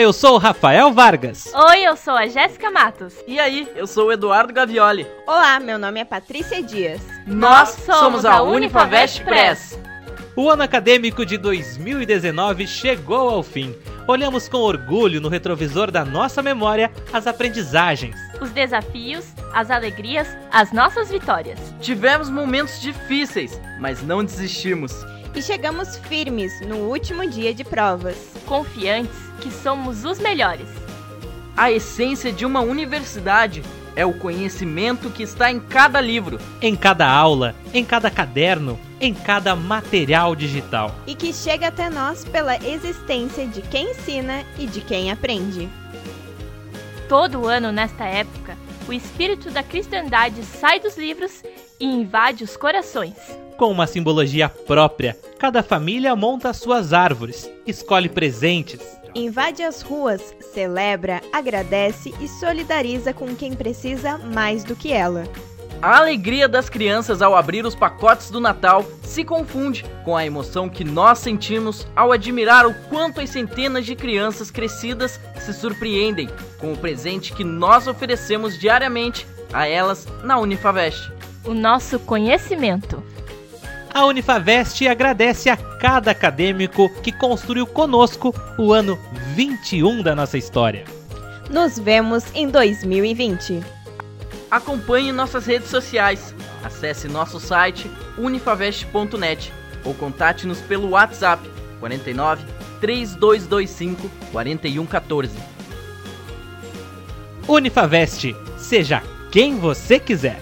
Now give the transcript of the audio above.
eu sou o Rafael Vargas. Oi, eu sou a Jéssica Matos. E aí, eu sou o Eduardo Gavioli. Olá, meu nome é Patrícia Dias. Nós somos a Unifavest Press. O ano acadêmico de 2019 chegou ao fim. Olhamos com orgulho no retrovisor da nossa memória as aprendizagens. Os desafios, as alegrias, as nossas vitórias. Tivemos momentos difíceis, mas não desistimos. E chegamos firmes no último dia de provas. Confiantes que somos os melhores. A essência de uma universidade é o conhecimento que está em cada livro. Em cada aula, em cada caderno, em cada material digital. E que chega até nós pela existência de quem ensina e de quem aprende. Todo ano, nesta época, o espírito da cristandade sai dos livros e invade os corações. Com uma simbologia própria, cada família monta suas árvores, escolhe presentes, Invade as ruas, celebra, agradece e solidariza com quem precisa mais do que ela. A alegria das crianças ao abrir os pacotes do Natal se confunde com a emoção que nós sentimos ao admirar o quanto as centenas de crianças crescidas se surpreendem com o presente que nós oferecemos diariamente a elas na Unifavest. O nosso conhecimento. A Unifavest agradece a cada acadêmico que construiu conosco o ano 21 da nossa história. Nos vemos em 2020. Acompanhe nossas redes sociais, acesse nosso site unifavest.net ou contate-nos pelo WhatsApp 49 3225 4114. Unifavest, seja quem você quiser.